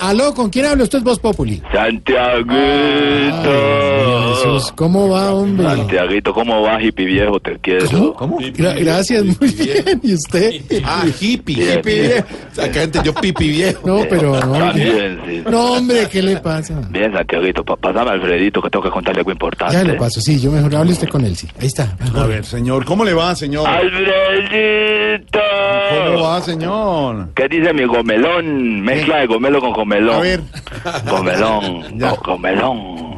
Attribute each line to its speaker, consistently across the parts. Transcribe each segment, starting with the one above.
Speaker 1: Aló, ¿con quién habla usted, Voz Populi? Ay,
Speaker 2: Santiaguito.
Speaker 1: Jesús, ¿cómo va, hombre?
Speaker 2: Santiaguito, ¿cómo vas, hippie viejo? Te quiero.
Speaker 3: ¿Cómo?
Speaker 1: Gra- gracias, muy bien. ¿Y usted?
Speaker 3: Ah, hippie,
Speaker 2: Bien,
Speaker 3: hippie
Speaker 2: bien.
Speaker 3: viejo. Acá entre yo pipi viejo.
Speaker 1: No, pero no. hombre.
Speaker 2: También, sí.
Speaker 1: No, hombre, ¿qué le pasa?
Speaker 2: Bien, Santiaguito, pa- pasame a Alfredito, que tengo que contarle algo importante.
Speaker 1: Ya lo paso, sí, yo mejor hable usted con él, sí. Ahí está.
Speaker 3: A ver, señor, ¿cómo le va, señor?
Speaker 2: ¡Alfredito!
Speaker 3: ¿Cómo va, señor?
Speaker 2: ¿Qué dice mi gomelón? Mezcla de gomelo con gomelón.
Speaker 3: A ver.
Speaker 2: Gomelón,
Speaker 3: Ya.
Speaker 2: go- gomelón.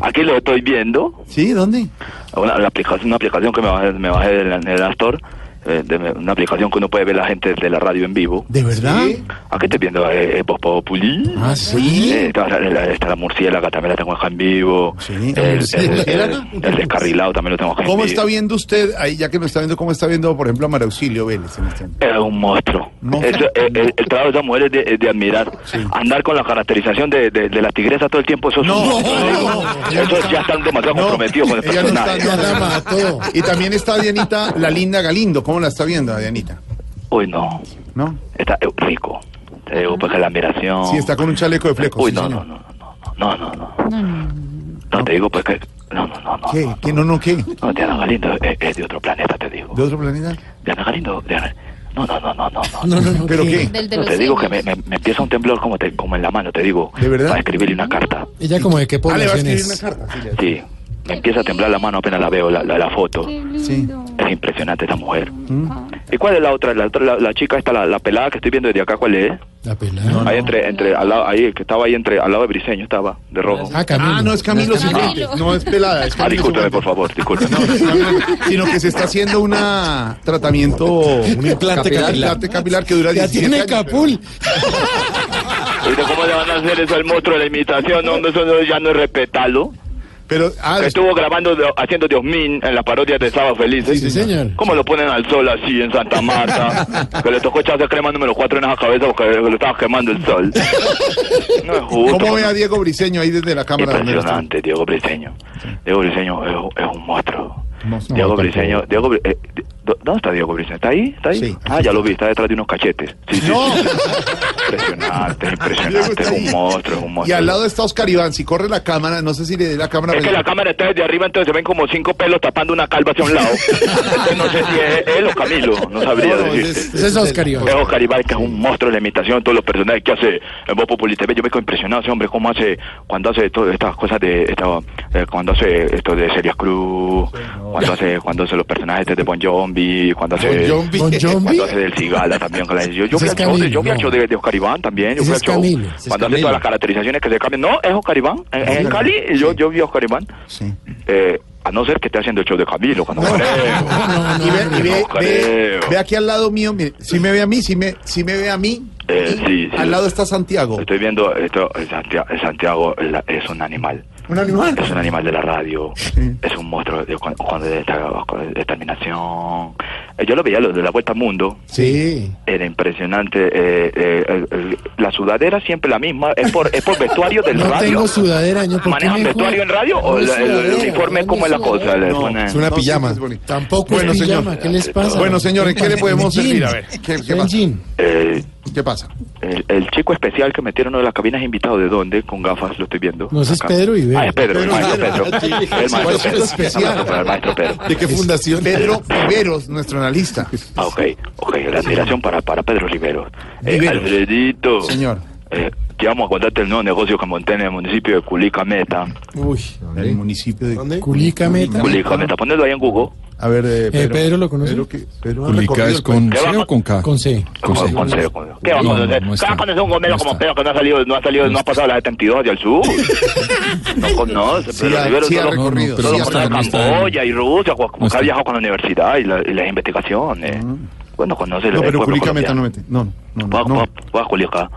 Speaker 2: Aquí lo estoy viendo.
Speaker 3: ¿Sí? ¿Dónde?
Speaker 2: Una, la aplicación, una aplicación que me bajé, me bajé del- en el App Store. eh, de- una aplicación que uno puede ver la gente de la radio en vivo.
Speaker 3: ¿De verdad?
Speaker 2: Aquí estoy viendo eh, eh, Voz Populi.
Speaker 3: Ah, ¿sí?
Speaker 2: Eh, está, la- la- está la murciélaga, también la tengo acá en vivo.
Speaker 3: Sí,
Speaker 2: el,
Speaker 3: la
Speaker 2: el-
Speaker 3: murciélaga.
Speaker 2: el- el descarrilado también lo tengo acá en
Speaker 3: ¿Cómo
Speaker 2: vivo.
Speaker 3: está viendo usted, ahí ya que me está viendo, cómo está viendo, por ejemplo, a María Auxilio Vélez en este momento?
Speaker 2: Era un monstruo.
Speaker 3: Monstruo.
Speaker 2: Eso, eh, el, el trabajo de esa mujer es de, es de admirar. Andar con la caracterización de, de, de la tigresa todo el tiempo, eso es
Speaker 3: No,
Speaker 2: un monstruo,
Speaker 3: no,
Speaker 2: digo.
Speaker 3: no, ya
Speaker 2: Eso
Speaker 3: está.
Speaker 2: ya están demasiado
Speaker 3: No,
Speaker 2: comprometidos con el
Speaker 3: ella no está,
Speaker 2: personaje.
Speaker 3: no.
Speaker 1: Ya la mató.
Speaker 3: Y también está Dianita, la linda Galindo. ¿Cómo la está viendo, Dianita?
Speaker 2: Uy, no.
Speaker 3: ¿No?
Speaker 2: Está eh, rico. Te digo, pues que la admiración.
Speaker 3: Sí, está con un chaleco de flecos.
Speaker 2: Uy,
Speaker 3: sí,
Speaker 2: no, no,
Speaker 3: señor.
Speaker 2: no, no, no, no, no, no. No te digo, pues que. No, no, no, no.
Speaker 3: ¿Qué? ¿Qué? ¿No, no, qué?
Speaker 2: No, Diana Galindo eh, es, es de otro planeta, te digo.
Speaker 3: ¿De otro planeta?
Speaker 2: Diana Galindo, Diana. No, no, no, no, no. no.
Speaker 1: Ah, No, no, no.
Speaker 3: ¿Pero qué?
Speaker 4: Del de
Speaker 2: No,
Speaker 4: los
Speaker 2: te digo que
Speaker 4: simios.
Speaker 2: me, me- me empieza un temblor como, te, como en la mano, te digo.
Speaker 3: ¿De verdad?
Speaker 2: Para escribirle una carta.
Speaker 1: Ella como de qué
Speaker 3: Ah, le va a
Speaker 1: población
Speaker 3: escribir
Speaker 1: es.
Speaker 3: una carta. sí, le-
Speaker 2: Sí, me empieza a temblar la mano apenas la veo, la, la- la foto.
Speaker 4: Qué
Speaker 3: Sí.
Speaker 4: lindo.
Speaker 2: Es impresionante esa mujer. ¿Y cuál es la otra? La, otra- la- la chica esta, la, la pelada que estoy viendo desde acá, ¿cuál es?
Speaker 1: La pelada. Ah,
Speaker 2: Ahí entre, entre, al lado, ahí, que estaba ahí entre, al lado de Briseño estaba, de rojo.
Speaker 1: Ah, Camilo.
Speaker 3: Ah, no, es Camilo
Speaker 4: Camilo.
Speaker 3: Cifuentes. No es pelada, es
Speaker 2: Ah,
Speaker 3: Camilo
Speaker 2: discúlpeme,
Speaker 3: Cifuentes.
Speaker 2: por favor, discúlpeme.
Speaker 3: No, es Camilo, sino que se está haciendo un tratamiento un
Speaker 5: implante capilar.
Speaker 3: implante capilar que dura
Speaker 1: Ya
Speaker 3: 17
Speaker 1: tiene
Speaker 3: años,
Speaker 1: Capul.
Speaker 2: Oiga, ¿Cómo le van a hacer eso al monstruo de la imitación? No, no, eso no- ya no es respetarlo.
Speaker 3: Pero, pero, ah,
Speaker 2: Que Estuvo grabando, de- haciendo Diosmin en la parodia de Sábado Felices.
Speaker 1: Sí, señor.
Speaker 2: ¿Cómo lo ponen al sol así en Santa Marta? que le tocó echarse crema número 4 en esa cabeza porque lo estaba quemando el sol. No es justo.
Speaker 3: ¿cómo ve a Diego Briseño ahí desde la cámara? de Ernesto?
Speaker 2: Impresionante, Diego Briseño. Diego Briseño es, un- es un monstruo.
Speaker 3: Monstruo.
Speaker 2: Diego
Speaker 3: No,
Speaker 2: Briseño, Diego, Bri- eh, di- ¿dó- ¿dónde está Diego Briseño? ¿Está ahí? ¿Está ahí?
Speaker 3: Sí,
Speaker 2: ah, ya lo vi, está detrás de unos cachetes. Sí, sí,
Speaker 3: No.
Speaker 2: sí. Impresionante,
Speaker 3: Diego
Speaker 2: impresionante,
Speaker 3: está
Speaker 2: es
Speaker 3: ahí.
Speaker 2: un monstruo, es un monstruo.
Speaker 3: Y al lado está Oscar Iván. Si corre la cámara, no sé si le dé la cámara.
Speaker 2: Es que
Speaker 3: pero-
Speaker 2: la cámara está desde arriba, entonces se ven como cinco pelos tapando una calva hacia un lado. Entonces no sé si es él o Camilo, no sabría
Speaker 3: No, no,
Speaker 2: decirte.
Speaker 3: es-
Speaker 1: Ese es Oscar Iván.
Speaker 2: Es Oscar Ibar, que es un monstruo de la imitación, todos los personajes que hace eh, en Voz Populi TV. Yo me quedo impresionado ese hombre, cómo hace, cuando hace todas estas cosas de, esta- eh, cuando hace esto de Serias Cruz, cuando hace, cuando hace los personajes de Bon Jovi, cuando hace...
Speaker 3: Bon Jovi.
Speaker 1: Don Jovi.
Speaker 2: Cuando hace del Cigala también. con la- Yo, yo
Speaker 1: Ese
Speaker 2: fui
Speaker 1: es
Speaker 2: al show, de-
Speaker 1: Camilo,
Speaker 2: yo fui al
Speaker 1: no.
Speaker 2: show de, de Oscar Iván también. Yo
Speaker 1: Ese
Speaker 2: fui
Speaker 1: es
Speaker 2: al show.
Speaker 1: Camilo, ese es
Speaker 2: Cuando hace
Speaker 5: Camilo.
Speaker 2: todas las caracterizaciones que se cambian. No, es Oscar Iván. En, en
Speaker 3: Oscar
Speaker 2: Cali
Speaker 3: Iván,
Speaker 2: yo,
Speaker 3: sí.
Speaker 2: yo vi a Oscar Iván.
Speaker 3: Sí.
Speaker 2: Eh, a no ser que esté haciendo el show de Camilo. Cuando creo.
Speaker 1: No, no,
Speaker 3: Y ve, y ve,
Speaker 2: No
Speaker 3: ve,
Speaker 2: creo.
Speaker 3: ve aquí al lado mío. Mire, si me ve a mí, si me, si me ve a mí.
Speaker 2: Eh,
Speaker 3: y
Speaker 2: sí, Este- sí.
Speaker 3: Al lado está Santiago.
Speaker 2: Estoy viendo esto, el Santiago, el Santiago, la- es un animal.
Speaker 3: Un animal.
Speaker 2: Es un animal de la radio, es un monstruo de, con, con deta- con determinación. Eh, Yo lo veía lo de la vuelta al mundo,
Speaker 1: Sí.
Speaker 2: era impresionante. eh, eh, el- el- la sudadera siempre la misma, es por, es por vestuario del
Speaker 1: No
Speaker 2: radio.
Speaker 1: tengo sudadera, ño, ¿por qué
Speaker 2: ¿Manejan
Speaker 1: me
Speaker 2: vestuario
Speaker 1: jode?
Speaker 2: en radio
Speaker 1: No
Speaker 2: o la- el, el
Speaker 1: sudadera,
Speaker 2: uniforme
Speaker 1: no
Speaker 2: cómo es la cosa? Le
Speaker 3: No,
Speaker 2: ponen-
Speaker 3: es una
Speaker 1: No,
Speaker 3: pijama.
Speaker 1: sí, es Tampoco
Speaker 3: Bueno,
Speaker 1: es
Speaker 3: señor.
Speaker 1: pijama, ¿qué les pasa?
Speaker 3: Bueno, señor, ¿en qué le podemos
Speaker 1: jeans?
Speaker 3: servir? A ver, ¿qué- qué
Speaker 1: En
Speaker 3: pasa?
Speaker 1: jean.
Speaker 2: eh,
Speaker 3: ¿Qué pasa?
Speaker 2: El, el chico especial que metieron en las cabinas invitado, ¿de dónde? Con gafas, lo estoy viendo.
Speaker 1: No, ese es Pedro Vivero.
Speaker 2: Ah, es Pedro, el
Speaker 3: Pedro
Speaker 2: maestro Pedro.
Speaker 3: Vivero.
Speaker 2: El
Speaker 3: ¿Cuál
Speaker 2: maestro
Speaker 3: es el
Speaker 2: Pedro.
Speaker 3: especial?
Speaker 2: El maestro Pedro, el maestro Pedro.
Speaker 3: ¿De
Speaker 1: Ah,
Speaker 3: qué fundación? Pedro Viveros, nuestro analista.
Speaker 2: Ah, ok, ok, la admiración para, para Pedro Rivero. Eh,
Speaker 3: Rivero.
Speaker 2: Alfredito.
Speaker 3: Señor.
Speaker 2: Eh, te vamos a contarte el nuevo negocio que monté en el municipio de Culica Meta.
Speaker 1: Uy.
Speaker 3: El municipio de...
Speaker 1: Culica meta.
Speaker 2: Culica Meta, ponelo ahí en Google.
Speaker 3: A ver, eh,
Speaker 1: Eh, Pedro lo conoce. Ah.
Speaker 3: Pedro, que- Pedro ha
Speaker 5: Culica
Speaker 3: recorrido
Speaker 5: es
Speaker 3: el
Speaker 5: con
Speaker 2: país.
Speaker 5: C o con K.
Speaker 1: Con C.
Speaker 5: Con C.
Speaker 2: Con C, con C. ¿Qué va a
Speaker 5: No,
Speaker 2: conocer?
Speaker 5: no, no
Speaker 2: ¿Qué
Speaker 5: está.
Speaker 2: va a conocer un gomelo
Speaker 5: No
Speaker 2: como
Speaker 5: está.
Speaker 2: Pedro que no ha salido, no ha salido, no ha pasado la 72 hacia el sur? No conoce,
Speaker 3: Sí,
Speaker 2: Pedro
Speaker 3: ha-
Speaker 2: Rivero
Speaker 3: sí ha
Speaker 2: solo-
Speaker 3: recorrido.
Speaker 5: No, no, pero
Speaker 2: Solo
Speaker 5: sí
Speaker 3: ha
Speaker 2: conoce
Speaker 5: está, no está.
Speaker 2: Camboya y Rusia, cu- cu-
Speaker 5: está.
Speaker 2: ha viajado con la universidad y, la- y las investigaciones. Bueno, conoce
Speaker 3: No,
Speaker 2: el
Speaker 3: pero
Speaker 2: pueblo
Speaker 3: Culica meta no
Speaker 2: colombiano.
Speaker 3: mete. No, no,
Speaker 2: Va-
Speaker 3: no.
Speaker 2: va-
Speaker 3: no.
Speaker 2: va a Culiacán.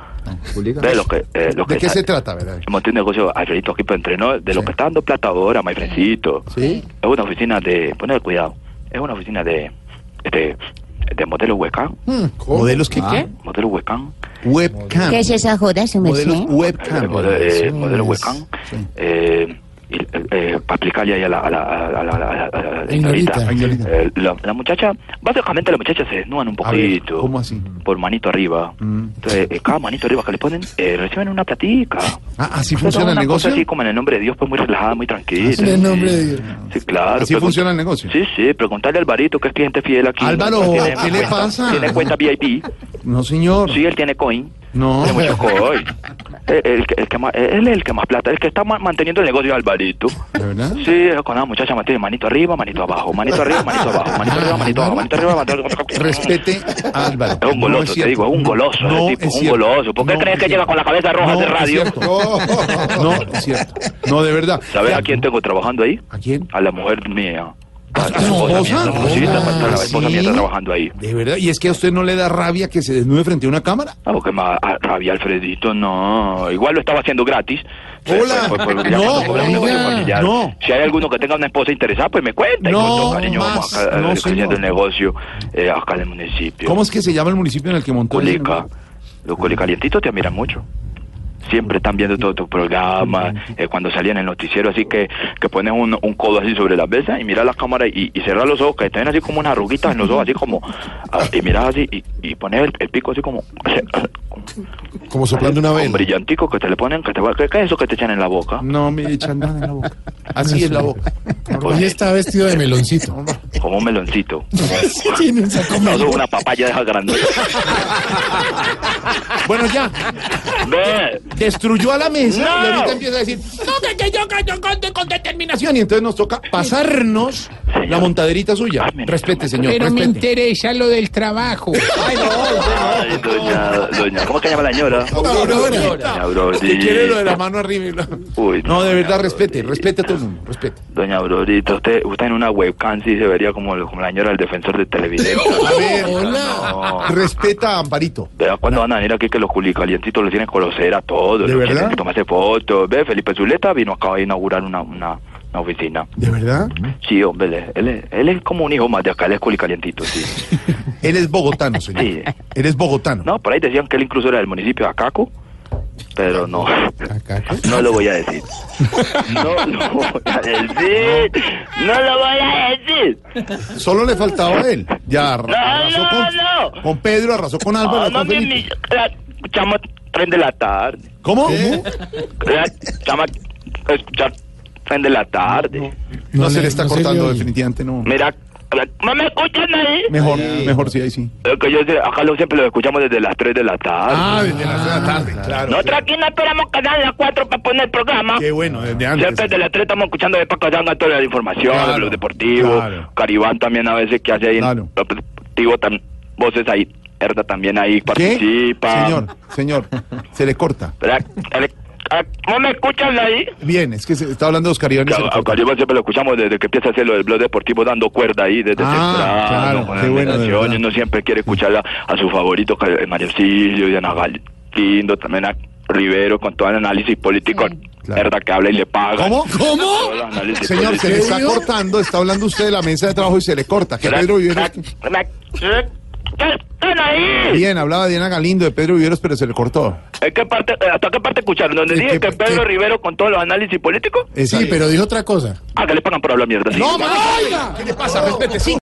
Speaker 2: Ve lo que, eh, lo
Speaker 3: ¿De
Speaker 2: que
Speaker 3: qué
Speaker 2: está-
Speaker 3: se trata, verdad?
Speaker 2: El monte de negocio, Alfredito aquí pues, entrenó, de lo que está dando plata ahora, my friendcito.
Speaker 3: Sí.
Speaker 2: Es una oficina de, poner cuidado, es una oficina de, este, de modelo huecán,
Speaker 3: Hmm, ¿Modelos que qué?
Speaker 2: modelo huecán,
Speaker 3: Webcam.
Speaker 4: ¿Qué es esa joda, su merced?
Speaker 3: Modelos webcam.
Speaker 2: modelo, eh, modelo huecán, eh, y, eh, eh, para aplicarle ahí a la, a la, a la, a la- a la- a la-
Speaker 1: Ignorita.
Speaker 2: señorita.
Speaker 3: Ignorita.
Speaker 2: Eh, la, la muchacha, básicamente la muchacha se desnudan un
Speaker 3: A ver,
Speaker 2: poquito.
Speaker 3: ¿cómo así?
Speaker 2: Por manito arriba.
Speaker 3: Mm.
Speaker 2: Entonces, eh, cada manito arriba que le ponen, eh, reciben una platica.
Speaker 3: Ah, ¿así
Speaker 2: Entonces,
Speaker 3: funciona el
Speaker 2: una cosa
Speaker 3: negocio?
Speaker 2: Así como en el nombre de Dios, pues muy relajada, muy tranquila.
Speaker 1: En el nombre de Dios.
Speaker 2: Sí, claro.
Speaker 3: ¿Así
Speaker 2: pregun-
Speaker 3: funciona el negocio?
Speaker 2: Sí, sí, preguntarle a Alvarito, que es cliente fiel aquí. Pues
Speaker 3: Álvaro,
Speaker 2: Tiene
Speaker 3: ¿qué le
Speaker 2: cuenta-
Speaker 3: pasa?
Speaker 2: Tiene cuenta VIP.
Speaker 3: No, señor.
Speaker 2: Sí, él tiene coin.
Speaker 3: No.
Speaker 2: Tiene muchos coin. Eh, El, que- el que más- él es el que más plata, el que está ma- manteniendo el negocio de Alvarito.
Speaker 3: ¿De verdad?
Speaker 2: Sí, con la muchacha mantiene manito arriba, manito abajo, manito arriba, manito abajo, manito arriba, manito abajo, manito arriba, manito abajo.
Speaker 3: Respete a Álvaro.
Speaker 2: Es un
Speaker 3: No
Speaker 2: goloso, te
Speaker 3: cierto.
Speaker 2: digo, es un goloso,
Speaker 3: No
Speaker 2: ese tipo,
Speaker 3: es
Speaker 2: un
Speaker 3: cierto.
Speaker 2: goloso. ¿Por qué
Speaker 3: No
Speaker 2: crees
Speaker 3: es
Speaker 2: que llega
Speaker 3: cierto.
Speaker 2: con la cabeza roja
Speaker 3: No,
Speaker 2: de
Speaker 3: es
Speaker 2: radio?
Speaker 3: cierto. No, es cierto. No, de verdad.
Speaker 2: ¿Sabes a quién tengo trabajando ahí?
Speaker 3: ¿A quién?
Speaker 2: A la mujer mía.
Speaker 3: ¿A tu esposa?
Speaker 2: mía. Sí, está- está la esposa
Speaker 3: ¿Sí?
Speaker 2: mía está trabajando ahí.
Speaker 3: De verdad. ¿Y es que a usted no le da rabia que se desnude frente a una cámara?
Speaker 2: Ah, porque me a- rabia Alfredito, no. Igual lo estaba haciendo gratis. Pues,
Speaker 3: Hola.
Speaker 2: pues, pues, ya
Speaker 3: No,
Speaker 2: que no cobramos negocio
Speaker 1: oiga,
Speaker 2: familiar.
Speaker 3: no.
Speaker 2: Si hay alguno que tenga una esposa interesada, pues me cuenta. Y
Speaker 3: No
Speaker 2: con todo cariño vamos
Speaker 3: más,
Speaker 2: acá, eh,
Speaker 3: no,
Speaker 2: creciendo
Speaker 3: señor.
Speaker 2: el negocio eh, acá en el municipio.
Speaker 3: ¿Cómo es que se llama el municipio en el que montó? el
Speaker 2: Culica.
Speaker 3: negocio?
Speaker 2: Los culicalientitos te admiran mucho. Siempre están viendo todos tus programas, eh, cuando salían en el noticiero, así que, que pones un, un codo así sobre la mesa y miras la cámara y, y cerras los ojos, que te ven así como unas arruguitas en los ojos, así como, ah, y miras así y, y pones el, el pico así como,
Speaker 1: Como soplando una
Speaker 2: un
Speaker 1: vela.
Speaker 2: brillantico que te le ponen, que te, va- ¿qué, qué es eso que te echan en la boca?
Speaker 3: No me echan nada en la boca. Así es la boca.
Speaker 1: Hoy está vestido de meloncito. Eh,
Speaker 2: Como un meloncito.
Speaker 1: Tiene un saco
Speaker 2: No,
Speaker 1: melón.
Speaker 2: eso es una papaya de esas grandes.
Speaker 3: Bueno, ya.
Speaker 2: Ve,
Speaker 3: Destruyó a la mesa
Speaker 2: No.
Speaker 3: y ahorita empieza a decir, no, que, que yo, que yo, con, con determinación. Y entonces nos toca pasarnos
Speaker 2: Señor.
Speaker 3: la montaderita suya.
Speaker 2: Ay, ministro,
Speaker 3: respete,
Speaker 2: ministro.
Speaker 3: señor,
Speaker 4: Pero me
Speaker 3: respete.
Speaker 4: interesa lo del trabajo.
Speaker 2: ay, doña, doña, ¿cómo que llama la señora?
Speaker 3: Aurorita.
Speaker 2: Doña Aurorita.
Speaker 3: Que quiere lo de la mano arriba. y la-
Speaker 2: Uy,
Speaker 3: No, de
Speaker 2: doña
Speaker 3: verdad, respete,
Speaker 2: Aurorita.
Speaker 3: respete a todo el mundo, respete.
Speaker 2: Doña Aurorita, usted, usted en una webcam sí se vería como, el- como la señora del defensor de televidente.
Speaker 3: A ver,
Speaker 2: No.
Speaker 3: respeta a Amparito.
Speaker 2: Vea cuando van a venir aquí que los culicalientitos los tienen que conocer a todos.
Speaker 3: ¿De
Speaker 2: los
Speaker 3: verdad?
Speaker 2: tienen que tomarse fotos. Ve, Felipe Zuleta vino acá a inaugurar una, una, una oficina.
Speaker 3: ¿De verdad?
Speaker 2: Sí, hombre, él, es- él es- él es como un hijo más de acá, él es culicalientito, sí.
Speaker 3: Él es bogotano, señor.
Speaker 2: Sí.
Speaker 3: Él es bogotano.
Speaker 2: No, por ahí decían que él incluso era del municipio de Acaco, pero no.
Speaker 1: Acaco.
Speaker 2: No lo voy a decir. No lo voy a decir. No lo voy a decir.
Speaker 3: Solo le faltaba a él. Ya arra-
Speaker 2: No,
Speaker 3: arrasó
Speaker 2: no,
Speaker 3: con,
Speaker 2: no.
Speaker 3: con Pedro, arrasó con Álvaro,
Speaker 2: Ah, no,
Speaker 3: con
Speaker 2: mi,
Speaker 3: Felipe.
Speaker 2: mi, la chama tren de la tarde.
Speaker 3: ¿Cómo?
Speaker 2: La chama escuchar tren de la tarde.
Speaker 3: No,
Speaker 1: No
Speaker 3: se
Speaker 1: le-
Speaker 3: le está
Speaker 1: no se le
Speaker 3: cortando,
Speaker 1: oye.
Speaker 3: definitivamente no.
Speaker 2: Mira, la- ¿no me escuchan ahí?
Speaker 3: Mejor, mejor sí, ahí sí.
Speaker 2: Es que yo sé- acá lo siempre lo escuchamos desde las 3 de la tarde.
Speaker 3: Ah, desde las de la tarde, claro.
Speaker 2: Nosotros aquí no esperamos que sean las 4 para poner el programa.
Speaker 3: Qué bueno, desde antes.
Speaker 2: Siempre desde las 3 estamos escuchando de Paco Zanga toda la información,
Speaker 3: Claro,
Speaker 2: de los deportivos.
Speaker 3: claro.
Speaker 2: Caribán también a veces que hace ahí. en
Speaker 3: Claro.
Speaker 2: Los deportivos, tam- voces ahí. Herda también ahí
Speaker 3: ¿Qué?
Speaker 2: participa.
Speaker 3: Señor, señor, se le corta.
Speaker 2: ¿Verdad? El- ah, ¿No me escuchan ahí?
Speaker 3: Bien, es que se está hablando de Oscar Iván y se
Speaker 2: Claro,
Speaker 3: le
Speaker 2: a
Speaker 3: corta.
Speaker 2: Caribán siempre lo escuchamos desde que empieza a hacer lo del blog deportivo dando cuerda ahí desde
Speaker 3: Ah,
Speaker 2: temprano
Speaker 3: claro,
Speaker 2: con
Speaker 3: qué
Speaker 2: las
Speaker 3: bueno, de
Speaker 2: narraciones.
Speaker 3: verdad.
Speaker 2: uno siempre quiere escuchar a, a su favorito que- eh, Mario Silvio y Ana Galindo también a Rivero con todo el análisis político
Speaker 3: Claro.
Speaker 2: verdad que habla y le paga
Speaker 3: ¿Cómo?
Speaker 2: Todo el análisis
Speaker 3: Señor, se le
Speaker 2: político.
Speaker 3: está cortando, está hablando usted de la mesa de trabajo y se le corta. Que
Speaker 2: Crack,
Speaker 3: Pedro Viveros...
Speaker 2: crack, crack, crack. ¿Qué están ahí?
Speaker 3: Bien, hablaba Diana Galindo de Pedro Viveros, pero se le cortó.
Speaker 2: ¿En qué parte, eh, ¿Hasta qué parte escucharon? ¿Donde
Speaker 3: ¿En
Speaker 2: dije
Speaker 3: Eh, qué-
Speaker 2: que Pedro
Speaker 3: qué? Eh.
Speaker 2: Rivero con todos los análisis políticos?
Speaker 3: Exacto.
Speaker 1: Sí, pero dijo otra cosa.
Speaker 2: Ah, que le pagan por hablar mierda. sí.
Speaker 3: ¡No, María! ¿Qué le pasa? Respete, sí.